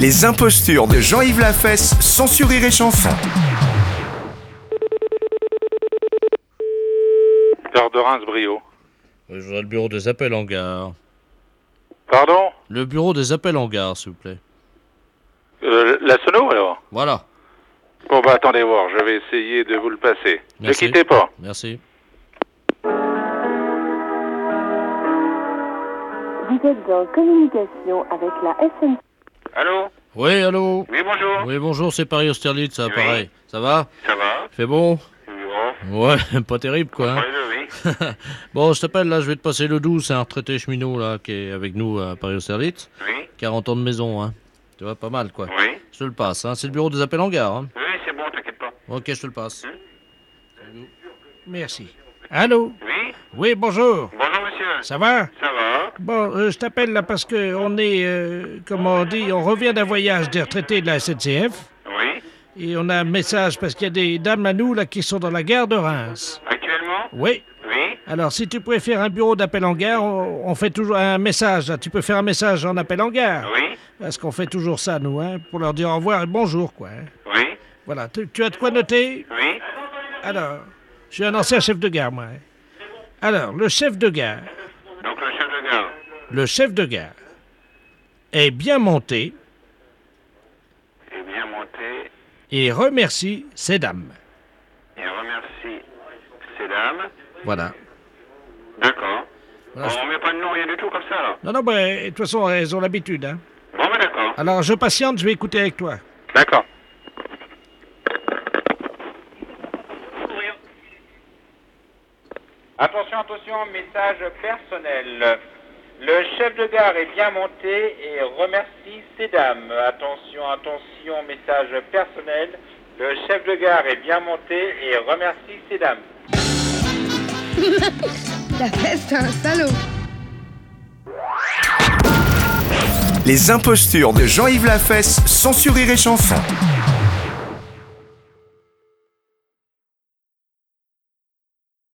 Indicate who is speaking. Speaker 1: Les impostures de Jean-Yves Lafesse, sans sourire et chanson.
Speaker 2: Gare de Reims, Brio.
Speaker 3: Oui, je voudrais le bureau des appels en gare.
Speaker 2: Pardon
Speaker 3: Le bureau des appels en gare, s'il vous plaît.
Speaker 2: Euh, La sono, alors
Speaker 3: Voilà.
Speaker 2: Bon, bah attendez voir, je vais essayer de vous le passer. Ne
Speaker 3: Merci.
Speaker 2: quittez pas.
Speaker 3: Merci.
Speaker 4: Vous êtes en communication avec la SNCF.
Speaker 2: Allô
Speaker 3: Oui, allô
Speaker 2: Oui, bonjour.
Speaker 3: Oui, bonjour, c'est Paris Austerlitz, ça,
Speaker 2: Oui.
Speaker 3: pareil. Ça va
Speaker 2: Ça va
Speaker 3: Fait bon
Speaker 2: Bon.
Speaker 3: Ouais, pas terrible, quoi. hein.
Speaker 2: Oui,
Speaker 3: bon, je t'appelle, là, je vais te passer le 12, c'est un retraité cheminot, là, qui est avec nous à Paris Austerlitz.
Speaker 2: oui,
Speaker 3: 40 ans de maison, hein. Tu vois, pas mal, quoi.
Speaker 2: oui.
Speaker 3: Je te le passe, hein. C'est le bureau des appels en gare, hein.
Speaker 2: Oui, c'est bon, t'inquiète pas.
Speaker 3: Ok, je te le passe.
Speaker 5: Merci. Allô
Speaker 2: Oui,
Speaker 5: Oui, bonjour.
Speaker 2: bonjour monsieur.
Speaker 5: Ça va
Speaker 2: Ça va
Speaker 5: Bon, euh, je t'appelle là parce que on est, euh, comment on dit, on revient d'un voyage des retraités de la SNCF
Speaker 2: Oui.
Speaker 5: et on a un message parce qu'il y a des dames à nous là qui sont dans la gare de Reims.
Speaker 2: Actuellement
Speaker 5: Oui.
Speaker 2: Oui.
Speaker 5: Alors si tu pouvais faire un bureau d'appel en gare, on, on fait toujours un message. là. Tu peux faire un message en appel en gare
Speaker 2: Oui.
Speaker 5: parce qu'on fait toujours ça nous, hein, pour leur dire au revoir et bonjour quoi. hein.
Speaker 2: Oui.
Speaker 5: Voilà. Tu, tu as de quoi noter
Speaker 2: Oui.
Speaker 5: Alors, je suis un ancien chef de gare moi. hein. Alors, le chef de gare.
Speaker 2: Donc le chef de gare.
Speaker 5: le chef de gare est bien monté
Speaker 2: est Eh bien monté
Speaker 5: et remercie ces dames.
Speaker 2: et remercie ces dames.
Speaker 5: Voilà.
Speaker 2: D'accord.
Speaker 5: Voilà, je-
Speaker 2: On met pas de nom, rien du tout comme ça là.
Speaker 5: Non, non, ben, de toute façon, elles ont l'habitude. hein.
Speaker 2: Bon, bah d'accord.
Speaker 5: Alors, je patiente, je vais écouter avec toi.
Speaker 2: D'accord.
Speaker 6: Attention, attention, message personnel. Le chef de gare est bien monté et remercie ces dames. Attention, attention, message personnel. Le chef de gare est bien monté et remercie ces dames.
Speaker 7: La peste, un salaud.
Speaker 1: Les impostures de Jean-Yves Lafesse, sans sourire et chanson.